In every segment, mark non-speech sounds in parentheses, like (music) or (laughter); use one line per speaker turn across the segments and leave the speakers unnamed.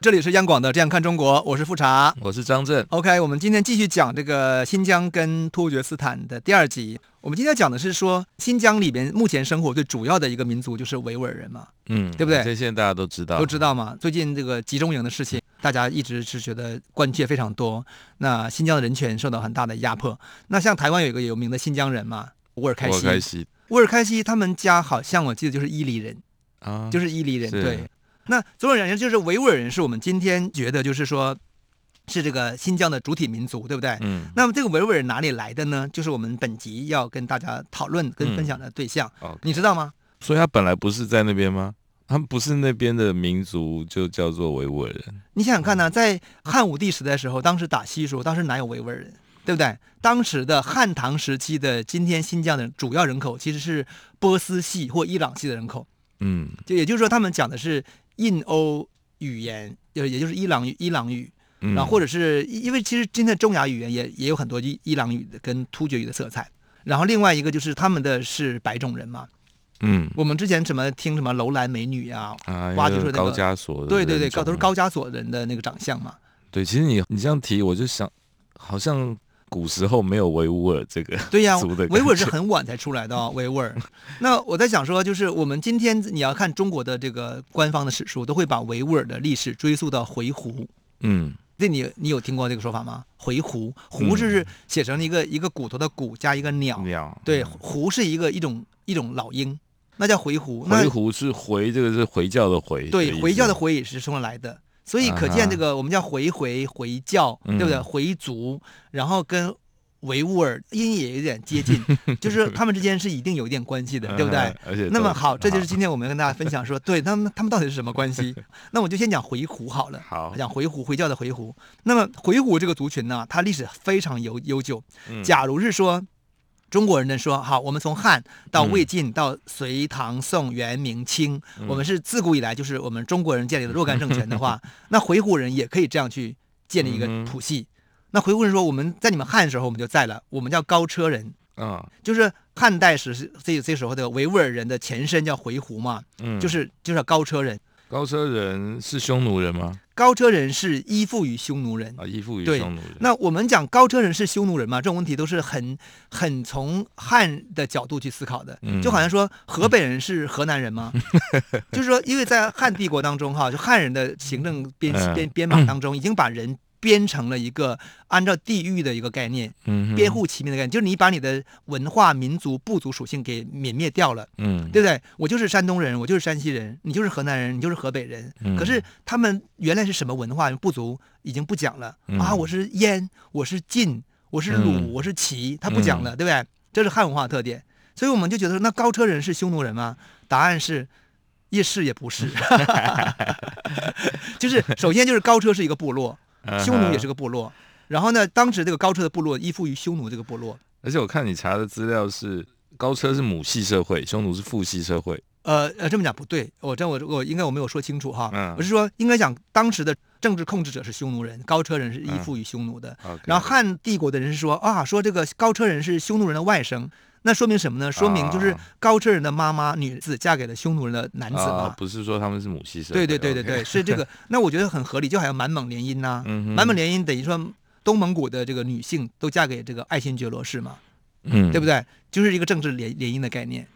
这里是央广的《这样看中国》，我是富察。
我是张震。
OK，我们今天继续讲这个新疆跟突厥斯坦的第二集。我们今天讲的是说，新疆里边目前生活最主要的一个民族就是维吾尔人嘛，
嗯，
对不对
这现在大家都知道，
都知道嘛。最近这个集中营的事情，大家一直是觉得关切非常多。那新疆的人权受到很大的压迫。那像台湾有一个有名的新疆人嘛，乌尔开
我
西，
开心
乌尔开西他们家好像我记得就是伊犁人，
啊，
就是是伊犁人。
是
对，那总而言之，就是维吾尔人是我们今天觉得就是说，是这个新疆的主体民族，对不对？
嗯，
那么这个维吾尔人哪里来的呢？就是我们本集要跟大家讨论、跟
嗯
分享的对象，
哦，
你知道吗？
所以他本来不是在那边吗？他们不是那边的民族，就叫做维吾尔人。
你想想看呢、
嗯
在汉武帝时代的时候，当时打西时候，当时哪有维吾尔人，对不对？当时的汉唐时期的今天新疆的主要人口其实是波斯系或伊朗系的人口，
嗯，
就也就是说，他们讲的是印欧语言，也也就是伊朗语、伊朗语，
嗯
然后或者是因为其实今天的中亚语言也也有很多伊伊朗语的跟突厥语的色彩。然后另外一个就是他们的是白种人嘛，
嗯
我们之前什么听什么楼兰美女啊，
啊，
挖
就
掘出那
是
个
高加索的
对对对，
人种啊
高都是高加索人的那个长相嘛。
对。其实你你这样提，我就想，好像古时候没有维吾尔这
(laughs)
个
对呀、
族的
维吾尔是
感觉
很晚才出来的、哦、维 (laughs) 吾尔。那我在想说，就是我们今天你要看中国的这个官方的史书，都会把维吾尔的历史追溯到回鹘。
嗯
这你你有听过这个说法吗？回鹘，鹘就是写成了一个、一个骨头的骨加一个鸟，
鸟
哦对，鹘是一个一种一种老鹰，那叫回鹘。那
回鹘是回这个是回教的回，
对，回教的
回，
回也是啊从那来的。所以可见，这个我们叫回回回教，对不对？
嗯
回族，然后跟维吾尔音也有点接 (laughs) 近，就是他们之间是一定有一点关系的，对不哎对啊
嗯？？而且
那么
都
好，这就是今天我们跟大家分享说，对他们他们到底是什么关系？ (laughs) 那我就先讲回鹘好了。
好，
讲回鹘，回教的回鹘。那么回鹘这个族群呢，它历史非常悠悠久。
嗯
假如是说中国人的说，好，我们从汉到魏晋到隋唐宋元明清，
嗯
我们是自古以来就是我们中国人建立的若干政权的
(laughs)
话，那回鹘人也可以这样去建立一个
嗯哼
谱系。那回鹘人说，我们在你们汉时候我们就在了，我们叫高车人，
嗯
就是汉代时这这时候的维吾尔人的前身叫回鹘嘛，
嗯，
就是就是高车人。
高车人是匈奴人吗？
高车人是依附于匈奴人，
啊，依附于
对
匈奴人。
那我们讲高车人是匈奴人嘛，这种问题都是很很从汉的角度去思考的，
嗯
就好像说河北人是河南人
(laughs)
吗？就是说，因为在汉帝国当中哈，就汉人的行政编
嗯
编编码当中，已经把人。编成了一个按照地域的一个概念，
嗯哼
编户齐民的概念，就是你把你的文化、民族、部族属性给泯灭掉了，
嗯，
对不对？我就是山东人，我就是山西人，你就是河南人，你就是河北人。
嗯
可是他们原来是什么文化部族已经不讲了、
嗯
啊！我是燕，我是晋，我是鲁，
嗯
我是齐，他不讲了，对不对？这是汉文化特点，所以我们就觉得那高车人是匈奴人吗？答案是。也是也不
(laughs)
是， (laughs) 就是首先就是高车是一个部落，
嗯
匈奴也
哼
是个部落，然后呢，当时这个高车的部落依附于匈奴这个部落，
而且我看你查的资料是，高车是母系社会，匈奴是父系社会。
呃呃，这么讲不对，我这我我应该我没有说清楚哈，
嗯
我是说应该讲当时的政治控制者是匈奴人，高车人是依附于匈奴的，
OK
然后汉帝国的人是说啊，说这个高车人是匈奴人的外甥，那说明什么呢？说明就是
啊
高车人的妈妈女子嫁给了匈奴人的男子嘛。
啊，不是说他们是母系社
对
会。
对对对
OK
对，是这个。那我觉得很合理，就好像满蒙联姻呐、
嗯哼
满蒙联姻等于说东蒙古的这个女性都嫁给这个爱新觉罗氏嘛，
嗯，
对不
对？
对？就是一个政治联联姻的概念。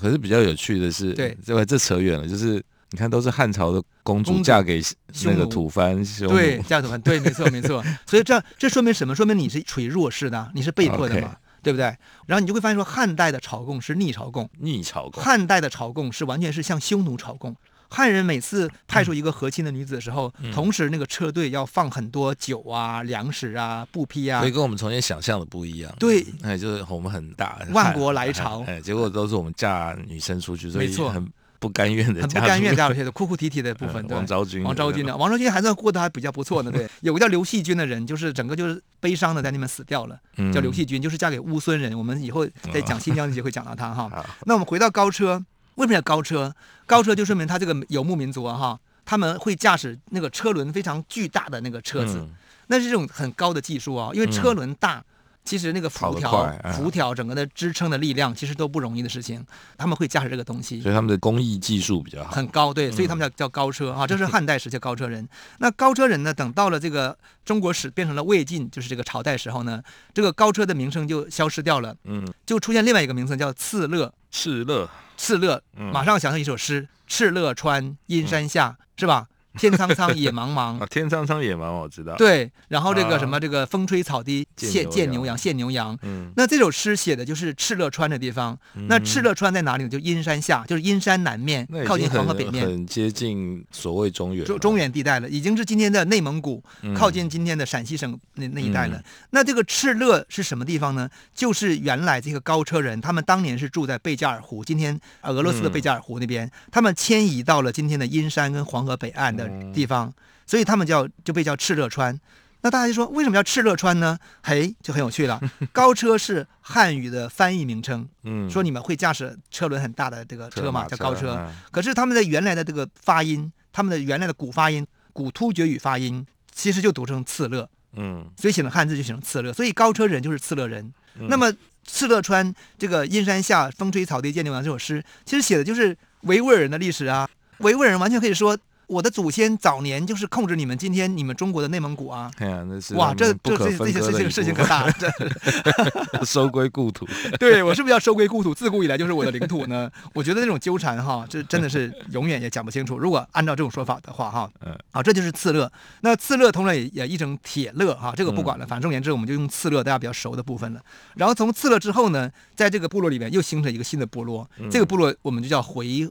可是比较有趣的是，
对
这个这扯远了，就是你看都是汉朝的公
公
主
主
嫁给
匈
那个
奴
吐蕃匈奴，
对，家族团对，没错没错。所以这样这说明什么？说明你是处于弱势的，你是被迫的嘛
OK
对不对？然后你就会发现说，汉代的朝贡是逆朝贡，
逆朝贡。
汉代的朝贡是完全是向匈奴朝贡。汉人每次派
嗯
出一个和亲的女子的时候，同时那个车队要放很多酒啊、粮食啊、布匹啊
所以，嗯跟我们从前想象的不一样，
对
哎，就是我们很大
(laughs)
哎
万国来朝
哎，结果都是我们嫁女生出去，所以
没错
很不甘愿的
很不
加入，
甘愿加入这个哭哭啼啼的部分。
呃
对
王昭君，
王昭君呢？王昭君还算过得还比较不错呢。对，有个叫刘细君的人，就是整个就是悲伤的在那边死掉了，
嗯啊
叫刘细君，就是嫁给乌孙人。我们以后在讲新疆那节会讲到他哈。
好
那我们回到高车，为什么叫高车？高车就说明他这个游牧民族啊哈，他们会驾驶那个车轮非常巨大的那个车子，
嗯
那是这种很高的技术啊，因为车轮大。其实那个
跑
辐
得
条
快、哎
辐条整个的支撑的力量，其实都不容易的事情。他们会驾驶这个东西，
所以他们的工艺技术比较好。
很高，对，所以他们叫叫高车啊，这是汉代时期高车人。那高车人呢，等到了这个中国史变成了魏晋，就是这个朝代时候呢，这个高车的名称就消失掉了，
嗯，
就出现另外一个名称叫敕勒。
敕勒，
敕勒，
嗯
马上想到一首诗：敕勒川，阴山下，是吧？天苍苍，野茫茫
(laughs) 啊，。天苍苍野蛮，我知道。，
对，然后这个
啊
什么，这个风吹草低
见
见
牛
见
羊
牛羊，见牛羊。
嗯，
那这首诗写的就是敕勒川的地方。那敕勒川在哪里呢？就阴山下，就是阴山南面
那，已
靠
经
近黄河
很
北面。
很接近所谓中原了。
中中原地带了，已经是今天的内蒙古，
嗯
靠近今天的陕西省那那一带了。
嗯
那这个敕勒是什么地方呢？就是原来这个高车人，他们当年是住在贝加尔湖，今天呃俄罗斯的贝加尔湖那
嗯
边，他们迁移到了今天的阴山跟黄河北岸的地方，
嗯
所以他们叫就被叫敕勒川。那大家就说为什么叫敕勒川呢？嘿，就很有趣
(laughs)
了。高车是汉语的翻译名称，
嗯
说你们会驾驶车轮很大的这个车嘛，叫高车。，
嗯
可是他们的原来的这个发音，他们的原来的古发音、古突厥语发音，其实就读成次勒，
嗯，
所以写成汉字就写成次勒。所以高车人就是次勒人。
嗯
那么次勒川这个阴山下，风吹草低见牛羊这首诗，其实写的就是维吾尔人的历史啊。维吾尔人完全可以说，我的祖先早年就是控制你们今天你们中国的内蒙古啊。
哎呀，那是
哇，
他
这
们不
这
可
这这
分
些
割
事
的
情
一
事情
部
可
分
大了，这
(laughs) 收归
(laughs)
故土。
对我是不是要收归故土？自古以来就是我的领土
(laughs)
呢？我觉得那种纠缠哈，这真的是永远也讲不清楚。如果按照这种说法的话哈，
嗯，
好，这就是敕勒。那敕勒同样也也译成铁勒哈，这个不管
嗯
了，反正总而言之我们就用敕勒大家比较熟的部分了。然后从敕勒之后呢，在这个部落里面又形成一个新的部落，
嗯
这个部落我们就叫回纥。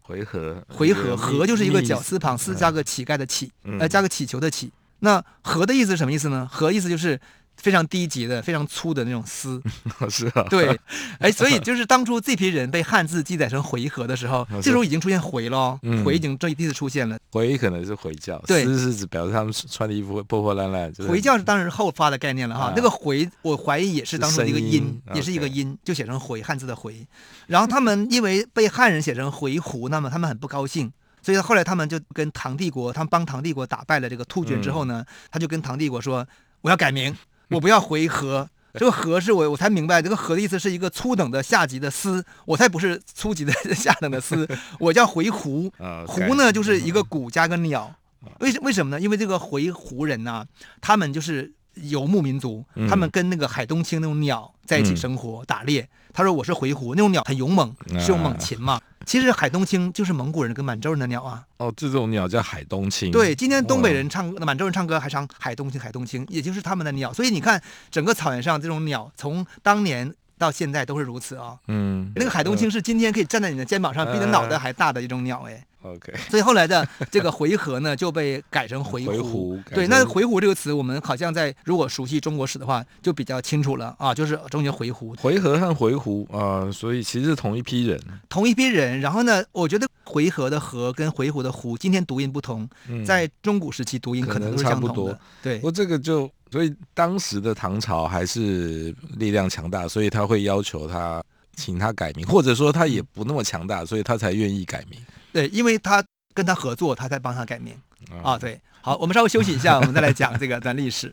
回合，
回纥，纥就是一个绞
角色。
丝旁丝加个乞丐的乞，
嗯
呃，加个乞求的乞。那纥的意思是什么意思呢？纥意思就是非常低级的、非常粗的那种丝。
(laughs) 是啊，
(laughs) 对，哎，所以就是当初这批人被汉字记载成回纥的时候，这时候已经出现回了哦，
嗯
回已经这第一次出现了。
回可能是回教，
对
丝是指表示他们穿的衣服会破破烂烂。就是
回教是当然是后发的概念了哈，
啊
那个回我怀疑也是当初的一个
是声
音
音，
也是一个
OK
音，就写成回汉字的回。然后他们因为被汉人写成回鹘，那么他们很不高兴。所以后来他们就跟唐帝国，他们帮唐帝国打败了这个突厥之后
嗯
呢，他就跟唐帝国说：“我要改名，我不要回纥。这个纥是我我才明白，这个纥的意思是一个粗等的下级的丝，我才不是粗级的 (laughs) 下等的丝，我叫回鹘。
啊，
鹘呢就是一个鼓加个鸟，为什为什么呢？因为这个回鹘人呐、他们就是游牧民族，
嗯
他们跟那个海东青那种鸟在一起
嗯
生活、打猎。他说我是回鹘，那种鸟很勇猛，
啊
是用猛禽嘛。其实海东青就是蒙古人跟满洲人的鸟啊。
哦，这种鸟叫海东青。
对，今天东
哦
北人唱满洲人唱歌还唱海东青，海东青，也就是他们的鸟。所以你看，整个草原上这种鸟，从当年到现在都是如此啊。
嗯，
那个海东青是今天可以站在你的肩膀上，比你的脑袋
嗯
还大的一种鸟，哎。
，OK，
所以后来的这个回纥呢，就被改成回
回
鹘。
鹘改
对，那
成
回鹘这个词，我们好像在如果熟悉中国史的话，就比较清楚了啊，就是中间回鹘
回纥和回鹘啊，所以其实是同一批人。
同一批人。然后呢，我觉得回纥的和跟回鹘的鹘，今天读音不同，
嗯
在中古时期读音
可
可能
能
都是
差
相
不
同的
多。
对
不，过这个就，所以当时的唐朝还是力量强大，所以他会要求他请他改名，或者说他也不那么强大，所以他才愿意改名。
对，因为他跟他合作，他才帮他改名啊。对，好，我们稍微休息一下，我们再来讲这个段历史。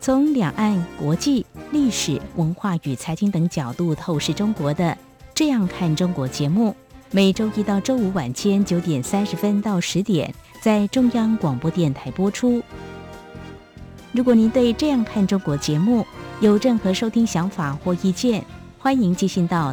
从两岸、国际、历史文化与财经等角度透视中国的《这样看中国》节目，每周一到周五晚间九点三十分到十点在中央广播电台播出。如果您对《这样看中国》节目有任何收听想法或意见，欢迎寄信到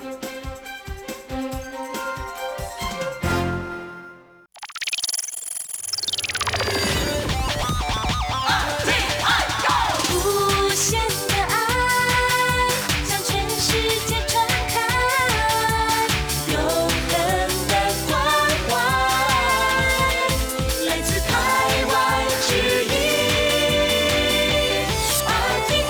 无限的爱向全世界传开，永恒的关怀来自台湾之音。爱的爱，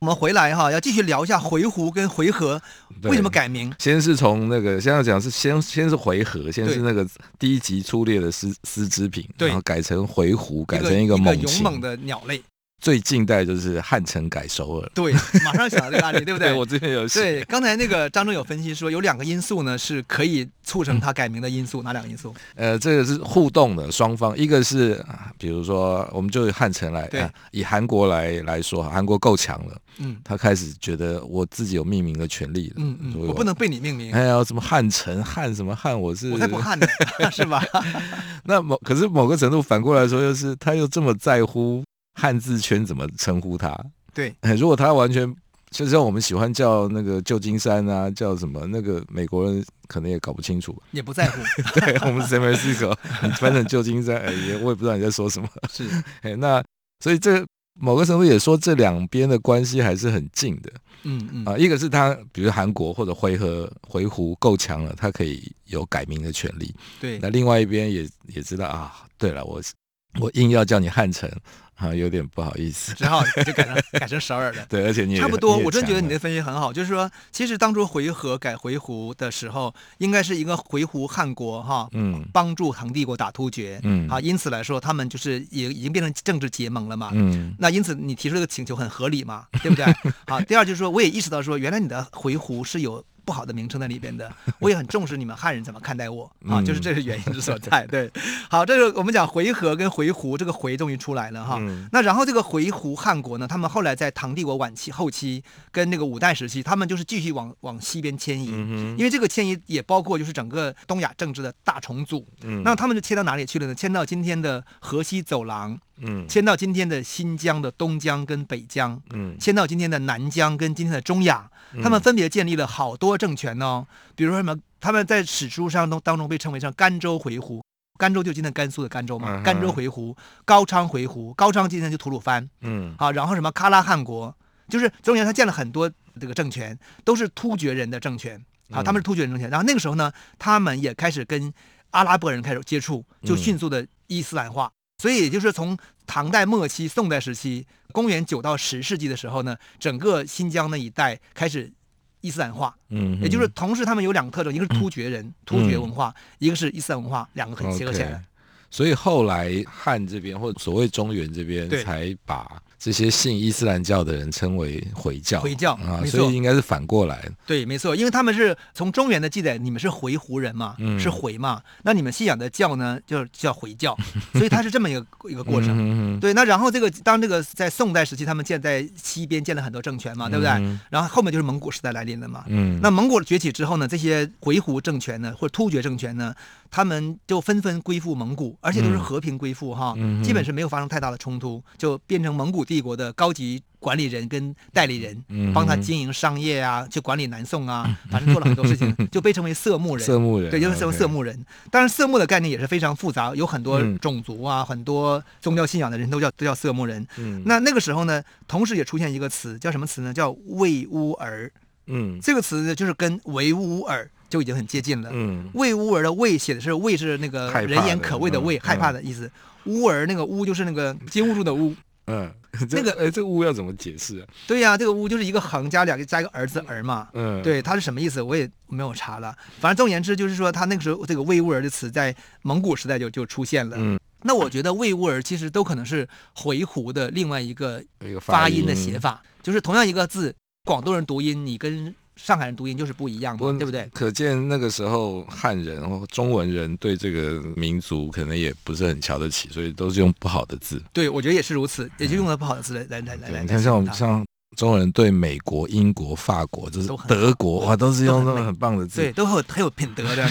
我们回来哈，要继续聊一下回鹘跟回合
对
为什么改名。
先是从那个，先要讲是先先是回合，先
对
是那个第一集粗劣的丝丝织品，
对
然后改成回鹘，改成
一
个猛
勇
禽。
猛的鸟类，
最近代就是汉城改首尔，
对，马上想到这个案例，对不对？
我之前有写，
对，刚才那个张正有分析说，有两个因素呢是可以促
嗯
成它改名的因素，哪两个因素？
呃，这个是互动的，双方一个是啊比如说我们就以汉城来，
对
啊以韩国来来说，韩国够强了，
嗯
他开始觉得我自己有命名的权利了，
嗯嗯，
所以
我不能被你命名，
哎呀，什么汉城汉什么汉，我是
我才不汉呢，是吧？ (laughs)
那某可是某个程度反过来说，又是他又这么在乎汉字圈怎么称呼他。
对，
哎如果他完全就像我们喜欢叫那个旧金山啊，叫什么那个美国人可能也搞不清楚吧。
也不在
(laughs)
乎，
对我们 San Francisco，你翻成旧金山，哎，也我也不知道你在说什么。
是
哎，那所以这某个程度也说这两边的关系还是很近的
嗯嗯
啊、一个是他比如韩国或者回合回鹘够强了，他可以有改名的权利。
对
那，另外一边也也知道啊，对了，我是我硬要叫你汉城啊，有点不好意思。
只好就改成改成首尔了。
对，而且你也
差不多，
也
我真觉得你
强
的
了
分析很好，就是说，其实当初回纥改回鹘的时候，应该是一个回鹘汗国哈，
嗯
帮助恒帝国打突厥，
嗯
啊，因此来说，他们就是也已经变成政治结盟了嘛。
嗯
那因此你提出这个请求很合理嘛， (laughs) 对不对？啊，第二就是说，我也意识到说，原来你的回鹘是有不好的名称在里边
(laughs)
的，我也很重视你们汉人怎么看待我
嗯
啊，就是这是原因之所在。 (laughs) 对，好，这是我们讲回纥跟回鹘，这个回终于出来了哈。
嗯
那然后这个回鹘汗国呢，他们后来在唐帝国晚期、后期跟那个五代时期，他们就是继续往往西边迁移，
嗯
因为这个迁移也包括就是整个东亚政治的大重组。
嗯
那他们就迁到哪里去了呢？迁到今天的河西走廊，
嗯
迁到今天的新疆的东疆跟北疆，
嗯
迁到今天的南疆跟今天的中亚，他们分别建立了好多政权哦，比如说什么，他们在史书上都当中被称为像甘州回鹘。甘州就今天甘肃的甘州
嗯
嘛，
哼
甘州回鹘、高昌回鹘、高昌今天就吐鲁番，
嗯
啊，然后什么喀拉汗国，就是中间他建了很多这个政权，都是突厥人的政权啊，
嗯
他们是突厥人政权。然后那个时候呢，他们也开始跟阿拉伯人开始接触，就
嗯
迅速的伊斯兰化。所以也就是从唐代末期、宋代时期，公元九到十世纪的时候呢，整个新疆那一带开始伊斯兰化，
嗯
也就是同时他们有两个特征，一个是突厥人、突厥文化，一个是伊斯兰文化，两个很结合起来
OK。所以后来汉这边或者所谓中原这边
对
才把这些信伊斯兰教的人称为回教，
回教
啊，
没错
所以应该是反过来，
对，没错，因为他们是从中原的记载，你们是回鹘人嘛，
嗯
是回嘛，那你们信仰的教呢，就是叫回教，所以它是这么一个一个过程。
嗯嗯
对，那然后这个当这个在宋代时期，他们建在西边建了很多政权嘛，对不对？
嗯
然后后面就是蒙古时代来临了嘛。
嗯，
那蒙古崛起之后呢，这些回鹘政权呢，或者突厥政权呢，他们就纷纷归附蒙古，而且都是
嗯
和平归附哈，
嗯哼
基本是没有发生太大的冲突，就变成蒙古帝国的高级管理人跟代理人，
嗯
帮他
哼嗯
经营商业啊，去管理南宋啊，反正做了很多事
(laughs)
情，就被称为色目人。
色目人
对，就是色
OK
色目人。当然，色目的概念也是非常复杂，有很多
嗯
种族啊，很多宗教信仰的人都叫都叫色目人。
嗯
那那个时候呢，同时也出现一个词，叫什么词呢？叫魏乌儿。
嗯
这个词呢，就是跟维吾尔就已经很接近了。
嗯
魏乌儿的魏写的是魏是那个
害怕的
人言可畏的畏，
嗯
害怕的意思。乌儿那个乌就是那个金兀术的乌。
嗯，
那个
哎，这乌要怎么解释啊？
对呀、这个乌就是一个横加两个加一个儿子儿嘛。
嗯，
对，它是什么意思？我也没有查了。反正总而言之，就是说，它那个时候这个魏乌儿的词在蒙古时代就就出现了。
嗯
那我觉得魏乌儿其实都可能是回鹘的另外一个
一个
发
音嗯
音的写。法，就是同样一个字，广东人读音，你跟上海人读音就是不一样
不过
嘛，对不对？
可见那个时候汉人或中文人对这个民族可能也不是很瞧得起，所以都是用不好的字。
对，我觉得也是如此，也就用了不好的字来来来来来。
你看，像我们
来形容它
像中国人对美国、英国、法国，就是
都很
德国，哇，都是用那
都很
种
美
很棒的
(laughs)
字，
对，都很有很有品德的。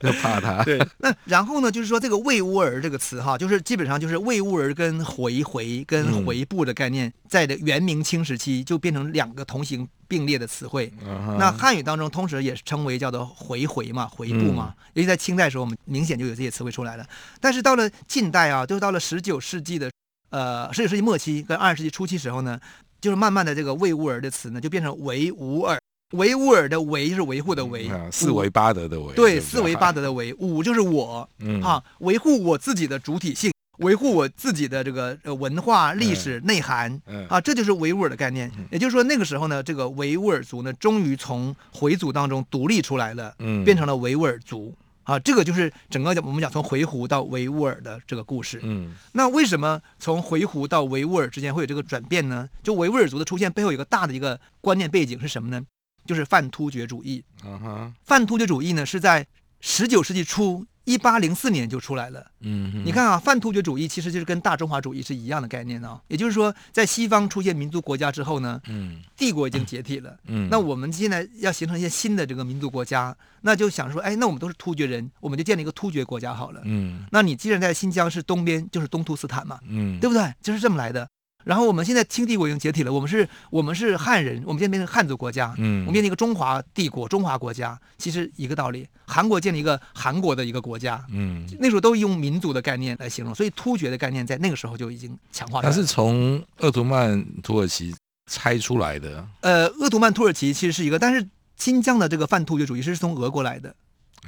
就怕他。
对，那然后呢，就是说这个“魏乌儿”这个词哈，就是基本上就是“魏乌儿”跟“回回”跟
嗯
“回部”的概念，在这元明清时期就变成两个同行并列的词汇。
嗯哼
那汉语当中通时也是称为叫做回回嘛、回部嘛，
嗯
尤其在清代时候，我们明显就有这些词汇出来了。但是到了近代啊，就是到了十九世纪的呃十九世纪末期跟二十世纪初期时候呢，就是慢慢的这个维吾尔的词呢就变成维吾尔，维吾尔的维是维护的维，
啊四
吾
维八德的维，
对
不啊
四维八，德的维，吾就是我
嗯，
啊，维护我自己的主体性。维护我自己的这个呃文化历史内涵，
嗯
啊，这就是维吾尔的概念。也就是说，那个时候呢，这个维吾尔族呢，终于从回族当中独立出来了，
嗯
变成了维吾尔族。啊，这个就是整个我们讲从回鹘到维吾尔的这个故事。
嗯
那为什么从回鹘到维吾尔之间会有这个转变呢？就维吾尔族的出现背后有一个大的一个观念背景是什么呢？就是泛突厥主义。
啊哈，
泛突厥主义呢是在十九世纪初，一八零四年就出来了。
嗯哼，
你看啊，泛突厥主义其实就是跟大中华主义是一样的概念啊。也就是说，在西方出现民族国家之后呢，
嗯
帝国已经解体了。
嗯，
那我们现在要形成一些新的这个民族国家，那就想说，哎，那我们都是突厥人，我们就建立一个突厥国家好了。
嗯
那你既然在新疆是东边，就是东突斯坦嘛，
嗯
对不对？就是这么来的。然后我们现在清帝国已经解体了，我们是，我们是汉人，我们现在变成汉族国家，
嗯
我们变成一个中华帝国、中华国家，其实一个道理。韩国建立一个韩国的一个国家，
嗯，
那时候都用民族的概念来形容，所以突厥的概念在那个时候就已经强化出来
它
了。
是从鄂图曼土耳其拆出来的
呃，鄂图曼土耳其其实是一个，但是新疆的这个泛突厥主义是从俄国来的，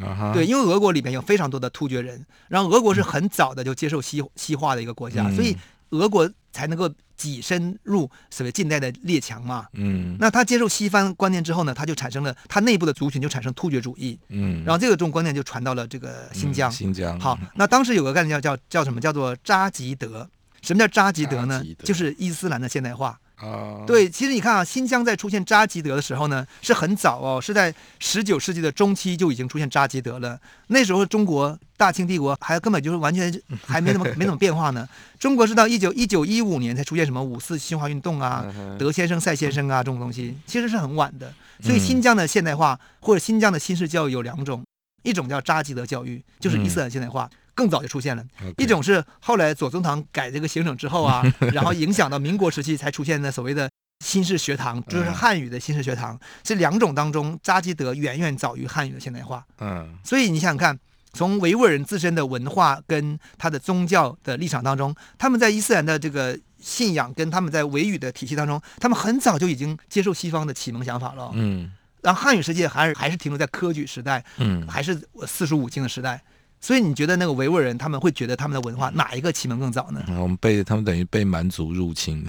啊哈，
对，，因为俄国里面有非常多的突厥人，然后俄国是很早的就接受西西化的一个国家，所以
嗯
俄国才能够跻身入所谓近代的列强嘛。
嗯
那他接受西方观念之后呢，他就产生了他内部的族群就产生突厥主义，
嗯，
然后这个这种观念就传到了这个新疆
嗯。新疆
好，那当时有个概念叫叫叫什么？叫做扎吉德。什么叫扎吉德呢
扎吉？德
就是伊斯兰的现代化。
啊，
对，其实你看啊，新疆在出现扎吉德的时候呢，是很早哦，是在十九世纪的中期就已经出现扎吉德了。那时候中国大清帝国还根本就是完全是还没怎么没怎么变化呢。中国是到一九一九一五年才出现什么五四新华运动啊、德先生、赛先生啊这种东西，其实是很晚的。所以新疆的现代化或者新疆的新式教育有两种，一种叫扎吉德教育，就是伊斯兰现代化。更早就出现了，
OK
一种是后来左宗棠改这个行省之后啊，然后影响到民国时期才出现的所谓的新式学堂，就是汉语的新式学堂。这两种当中，扎基德远远早于汉语的现代化。
嗯
所以你想想看，从维吾尔人自身的文化跟他的宗教的立场当中，他们在伊斯兰的这个信仰跟他们在维语的体系当中，他们很早就已经接受西方的启蒙想法了。
嗯
然后汉语世界还是还是停留在科举时代，
嗯，
还是四书五经的时代。所以你觉得那个维吾尔人他们会觉得他们的文化哪一个启蒙更早呢？
嗯我们被他们等于被蛮族入侵，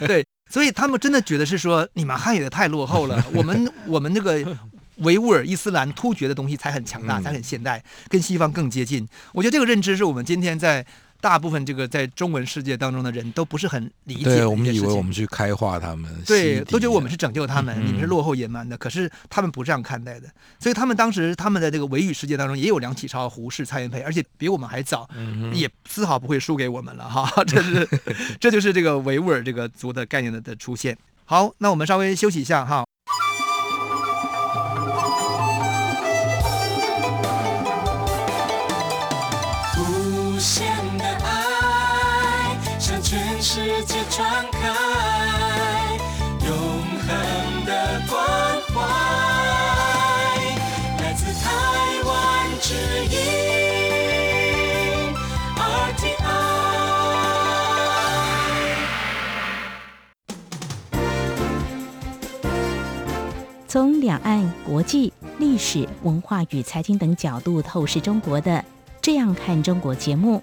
对，所以他们真的觉得是说你们汉语的太落后
(laughs)
了，我们我们那个维吾尔伊斯兰突厥的东西才很强
嗯
大，才很现代，跟西方更接近。我觉得这个认知是我们今天在大部分这个在中文世界当中的人都不是很理解的一件事
对
情。
我们以为我们去开化他们，
对
洗，
都觉得
涤
我们是拯救他们，你们是落后野蛮的。可是他们不这样看待的，所以他们当时他们的这个维语世界当中也有梁启超、胡适、蔡元培，而且比我们还早，也丝毫不会输给我们了哈。这 (laughs) 是，这就是这个维吾尔这个族的概念的的出现。好，那我们稍微休息一下哈。
无限的爱向全世界传开，永恒的关怀，来自台湾之音 RTI。
从两岸、国际、历史文化与财经等角度透视中国的《这样看中国》节目，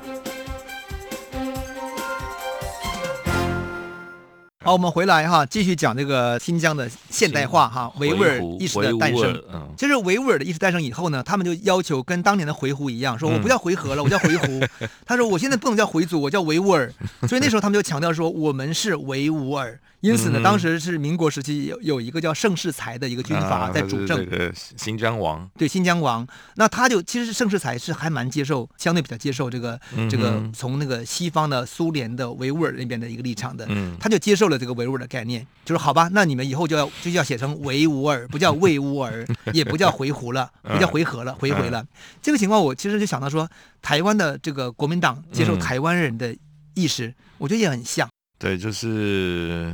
好，我们回来哈，继续讲这个新疆的现代化哈，维吾尔意识的诞生。，
嗯，
其实维吾尔的意识诞生以后呢，他们就要求跟当年的回鹘一样，说
嗯
我不叫回纥了，我叫回
(laughs)
鹘。他说我现在不能叫回族，我叫维吾尔。所以那时候他们就强调说我们是维吾尔。因此呢，
嗯
当时是民国时期有有一个叫盛世才的一个军阀
啊
在主政，
这个新疆王，
对新疆王，那他就其实盛世才是还蛮接受，相对比较接受这个这个
嗯哼
从那个西方的苏联的维吾尔那边的一个立场的，
嗯
他就接受了这个维吾尔的概念，就是好吧，那你们以后就要 (laughs) 就要写成维吾尔，不叫维吾
(laughs)
尔，也不叫回鹘了，
嗯
不叫回纥了，回回了。这个情况我其实就想到说，台湾的这个国民党接受
嗯
台湾人的意识，我觉得也很
(laughs)
像，
对，就是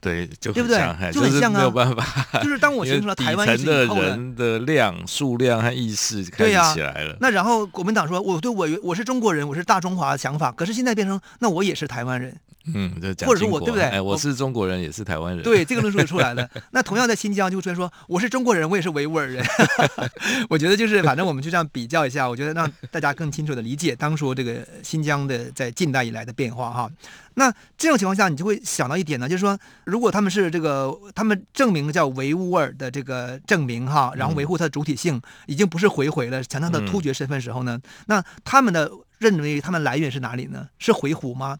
对，就
对不
很
对
像哎
就
就
很
是
像啊
没有办法，
就是当 (laughs) 我形成了台湾意识
因为
以
底
后
层的
呢。
人的量、数量和意识开
对呀
始起来了。
那然后国民党说，我对我我是中国人，我是大中华的想法，可是现在变成那我也是台湾人，
嗯，就蒋
或者说
经
我
国
对不对
哎，
我
我是中国人，也是台湾人。
对，这个论述就出来了。那同样在新疆就会出现说我是中国人，我也是维吾尔人。 (laughs) 我觉得就是反正我们就这样比较一下，我觉得让大家更清楚的理解当初这个新疆的在近代以来的变化哈。那这种情况下，你就会想到一点呢，就是说，如果他们是这个，他们证明叫维吾尔的这个证明哈，然后维
嗯
护它的主体性，已经不是回回了，强调它的突厥身份时候呢，那他们的认为他们来源是哪里呢？是回鹘吗？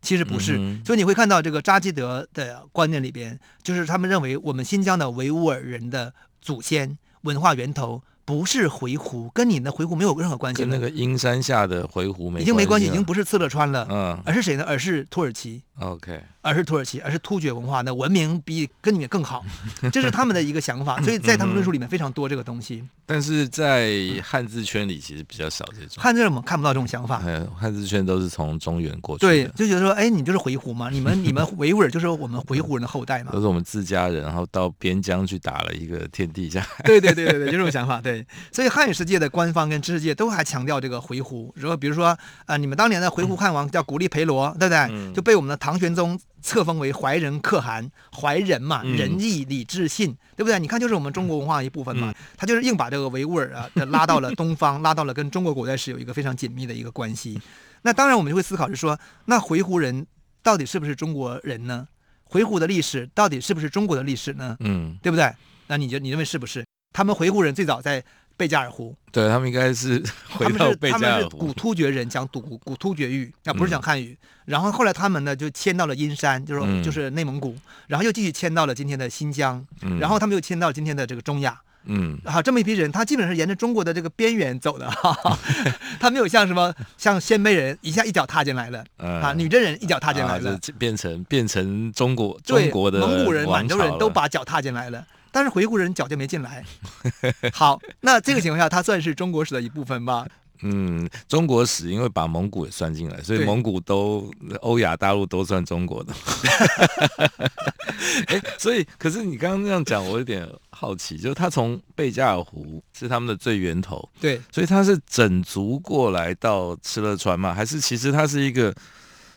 其实不是，
嗯哼
所以你会看到这个扎基德的观念里边，就是他们认为我们新疆的维吾尔人的祖先文化源头不是回鹘，跟你的回鹘没有任何关系
跟
了，
那个阴山下的回鹘没
已经没关系，已
了
经不是敕勒川了，
嗯
而是谁呢？而是土耳其。
，OK，
而是土耳其，而是突厥文化的文明比跟你们更
(laughs)
好，这是他们的一个想法，所以在他们论述里面非常多这个东西。
但是在汉字圈里其实比较少这种，
汉字我们看不到这种想法，
汉哎汉字圈都是从中原过去的，
对，就觉得说，哎，你就是回鹘嘛，你们你们维吾尔就是我们回鹘人的后代嘛
都，是我们自家人，然后到边疆去打了一个天地下海。
(laughs) 对对对对对，就这种想法。对，所以汉语世界的官方跟知识界都还强调这个回鹘，然后比如说，呃，你们当年的回鹘汉王叫古力培罗，对不对？就被我们的唐玄宗册封为怀仁可汗，怀仁嘛，
嗯
仁义礼智信，对不对？你看，就是我们中国文化一部分嘛，他就是硬把这个维吾尔啊这拉到了东方， (laughs) 拉到了跟中国古代史有一个非常紧密的一个关系。那当然，我们就会思考是说，那回鹘人到底是不是中国人呢？回鹘的历史到底是不是中国的历史呢？
嗯，
对不对？那你觉你认为是不是？他们回鹘人最早在贝加尔湖，
对他们应该是 (laughs) 回
他们
到
是
贝
他
加
们
尔
是古
湖，
突厥人，讲 (laughs) 古古突厥语，啊，不是讲汉语。然后后来他们呢就迁到了阴山，就是、
嗯
就是内蒙古，然后又继续迁到了今天的新疆，
嗯
然后他们又迁到了今天的这个中亚。
嗯
啊，这么一批人，他基本上是沿着中国的这个边缘走的， (laughs) 哈哈他没有像什么像鲜卑人一下一脚踏进来了，
嗯
啊，女真人一脚踏进
啊
来了，
就变成变成中国中
对，
国的
蒙古人、满
王
洲
朝
人都
了
把脚踏进来了，但是回鹘人脚就没进来。 (laughs) 好，那这个情况下，它算是中国史的一部分吧？
嗯，中国史因为把蒙古也算进来，所以
对
蒙古都欧亚大陆都算中国的。 (laughs) 哎、所以可是你刚刚这样讲，我有点好奇，就是他从贝加尔湖是他们的最源头，
对，
所以他是整族过来到敕勒川嘛，还是其实它是一个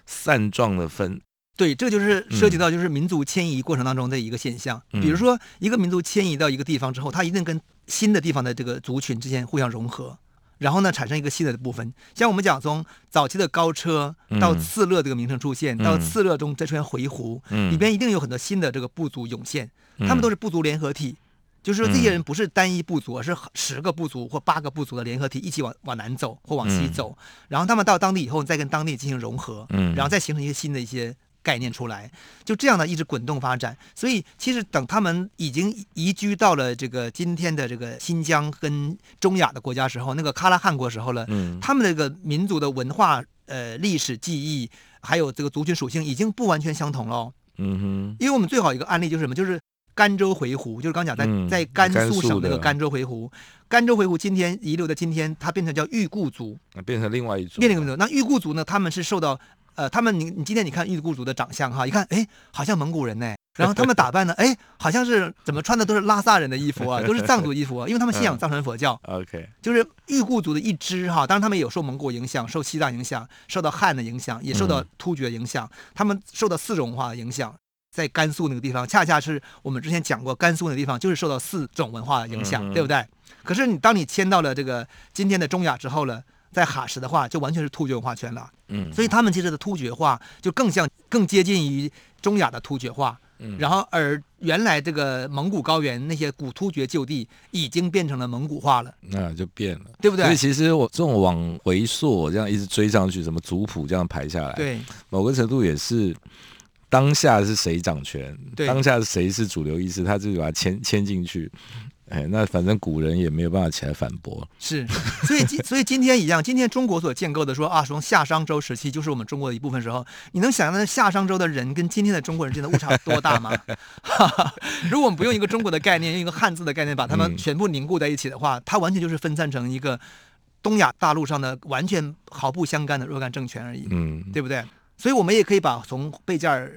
散状的分？
对，这就是涉及到就是民族迁移过程当中的一个现象。比如
嗯
说，一个民族迁移到一个地方之后，它一定跟新的地方的这个族群之间互相融合。然后呢，产生一个新的部分，像我们讲从早期的高车到
嗯
次勒这个名称出现，到
嗯
次勒中再出现回鹘，
嗯
里边一定有很多新的这个部族涌现，他们都
是
是部族联合体，就是说这
嗯
些人不是单一部族，而是十个部族或八个部族的联合体一起往往南走或往西
嗯
走，然后他们到当地以后再跟当地进行融合，
嗯
然后再形成一些新的一些。概念出来，就这样呢，一直滚动发展。所以，其实等他们已经移居到了这个今天的这个新疆跟中亚的国家时候，那个喀拉汗国时候呢，
嗯
他们这个民族的文化、呃历史记忆，还有这个族群属性，已经不完全相同了哦。
嗯哼
因为我们最好一个案例就是什么，就是甘州回鹘，就是刚讲在、
嗯
在甘
甘
肃
肃
省那个
的
甘州回鹘，甘州回鹘今天遗留的今天，它变成叫裕固族，
那变成另外一种，
变成一个民族。那裕固族呢，他们是受到呃，他们你你今天你看裕固族的长相哈，一看哎，好像蒙古人呢。然后他们打扮呢，哎，好像是怎么穿的都是拉萨人的衣服啊，都是藏族衣服啊，因为他们信仰藏传佛教，
OK，
就是裕固族的一支哈，当然他们也有受蒙古影响、受西藏影响、受到汉的影响，也受
嗯
到突厥影响，他们受到四种文化的影响。在甘肃那个地方，恰恰是我们之前讲过，甘肃那个地方就是受到四种文化的影响，
嗯
对不对？可是你当你迁到了这个今天的中亚之后了，在哈什的话，就完全是突厥文化圈了。
嗯，
所以他们其实的突厥化就更像、更接近于中亚的突厥化。
嗯
然后而原来这个蒙古高原那些古突厥就地已经变成了蒙古化了，
那就变了。
对不对？
所以其实我这种往回溯，我这样一直追上去，什么族谱这样排下来，，
对
某个程度也是当下是谁掌权，
对
当下谁是主流意识，他自己把它牵牵进去。哎，那反正古人也没有办法起来反驳。
是， (laughs) 所以今所以今天一样，今天中国所建构的说啊，从夏商周时期就是我们中国的一部分时候，你能想象夏商周的人跟今天的中国人之间的误差有多大吗？ (laughs) 哈哈，如果我们不用一个中国的概念，用一个汉字的概念把它们
嗯
全部凝固在一起的话，它完全就是分散成一个东亚大陆上的完全毫不相干的若干政权而已。
嗯，
对不对？所以我们也可以把从贝加尔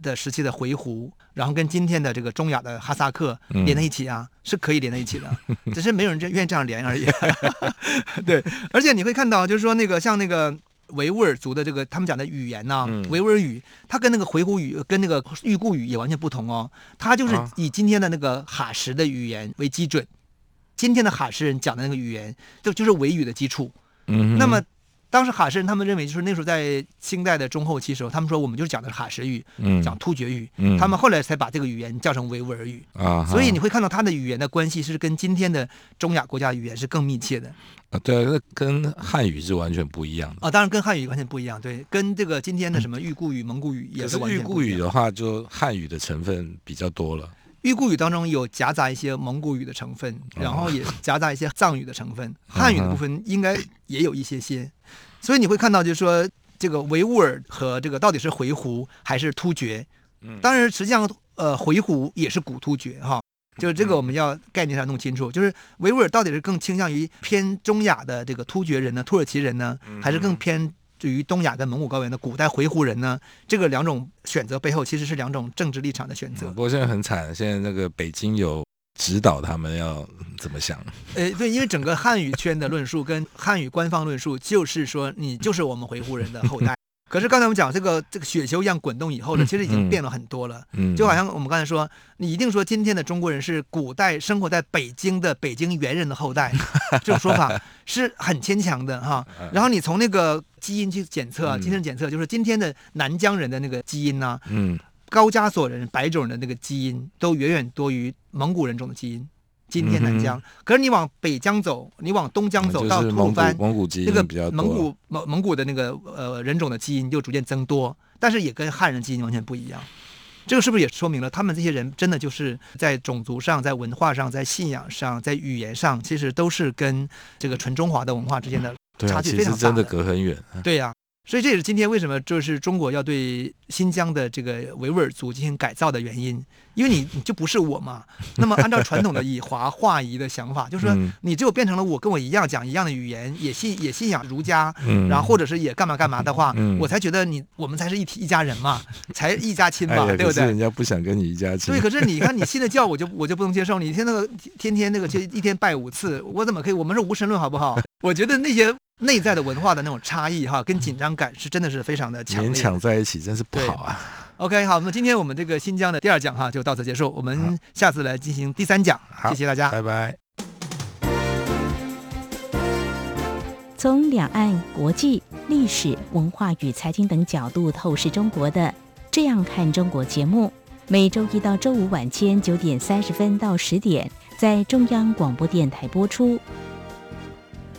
的时期的回鹘，然后跟今天的这个中亚的哈萨克
嗯
连在一起啊，是可以连在一起
(laughs)
的，只是没有人这愿意这样连而已。 (laughs)
(laughs)
对，而且你会看到，就是说那个像那个。维吾尔族的这个他们讲的语言呐、
嗯
维吾尔语，它跟那个回鹘语、跟那个裕固语也完全不同哦。它就是
啊
以今天的那个哈什的语言为基准，今天的哈什人讲的那个语言，就就是维语的基础。
嗯哼
那么当时哈什人他们认为，就是那时候在清代的中后期时候，他们说我们就是讲的是哈什语，
嗯
讲突厥语，
嗯
他们后来才把这个语言叫成维吾尔语。
啊哈，
所以你会看到它的语言的关系是跟今天的中亚国家语言是更密切的
啊对啊，那跟汉语是完全不一样的。
啊，当然跟汉语完全不一样，对，跟这个今天的什么裕固语、蒙古语也
可
是
是
完
玉
全
固
不一
语
样。
的话，就汉语的成分比较多了。
裕固语当中有夹杂一些蒙古语的成分，然后也夹杂一些藏语的成分，汉语的部分应该也有一些些，所以你会看到，就是说这个维吾尔和这个到底是回鹘还是突厥，
嗯
当然，实际上，呃，回鹘也是古突厥哈，就是这个我们要概念上弄清楚，就是维吾尔到底是更倾向于偏中亚的这个突厥人呢，土耳其人呢，还是更偏于东亚跟蒙古高原的古代回鹘人呢？这个两种选择背后其实是两种政治立场的选择
不。过现在很惨，现在那个北京有指导他们要怎么想。
呃，对，因为整个汉语圈的论述跟汉语官方论述，就是说你就是我们回鹘人的后代。可是刚才我们讲这个这个雪球一样滚动以后呢，其实已经变了很多了。
嗯，
就好像我们刚才说，你一定说今天的中国人是古代生活在北京的北京猿人的后代，这种说
(laughs)
法是很牵强的哈。然后你从那个基因去检测啊，
嗯
精神检测，就是今天的南疆人的那个基因呐、
嗯
高加索人、白种人的那个基因，都远远多于蒙古人种的基因。今天南疆，可是你往北疆走，你往东疆走到
嗯就是
吐鲁
蒙古
番，
蒙古基
那个
因比较多。
蒙古蒙蒙古的那个呃人种的基因就逐渐增多，但是也跟汉人基因完全不一样。这个是不是也说明了他们这些人真的就是在种族上、在文化上、在信仰上、在语言上，其实都是跟这个纯中华的文化之间的
对
差
啊，
距
其
非
实
常
真
大
的
的
隔很远。
对呀、所以这也是今天为什么就是中国要对新疆的这个维吾尔族进行改造的原因，因为你你就不是我嘛。那么按照传统的以华化夷的想法，就是说
嗯
你只有变成了我跟我一样讲一样的语言，也信也信仰儒家，
嗯
然后或者是也干嘛干嘛的话，
嗯
我才觉得你我们才是一体一家人嘛，才一家亲
哎
嘛，
呀，
对
可
不
是
对
人？家不想跟你一家亲
对，。可是你看你信的教，我就 (laughs) 我就不能接受。你天那个天天那个就一天拜五次，我怎么可以？我们是无神论，好不好？ (laughs) 我觉得那些内在的文化的那种差异哈，跟紧张感是真的是非常的强烈
勉
的。
强在一起真是不
对
好啊！
OK，好，那今天我们这个新疆的第二讲哈就到此结束，我们下次来进行第三讲。
好
谢谢大家。
拜拜。
从两岸、国际、历史文化与财经等角度透视中国的《这样看中国》节目，每周一到周五晚间九点三十分到十点在中央广播电台播出。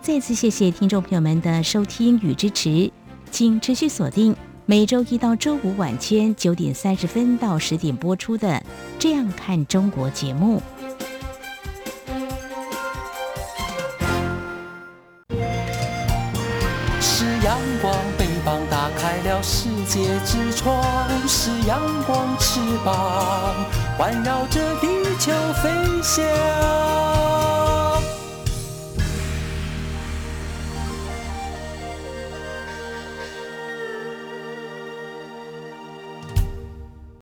再次谢谢听众朋友们的收听与支持，请持续锁定每周一到周五晚间九点三十分到十点播出的《这样看中国》节目。
阳光，翅膀打开了世界之窗，是阳光翅膀环绕着地球飞翔。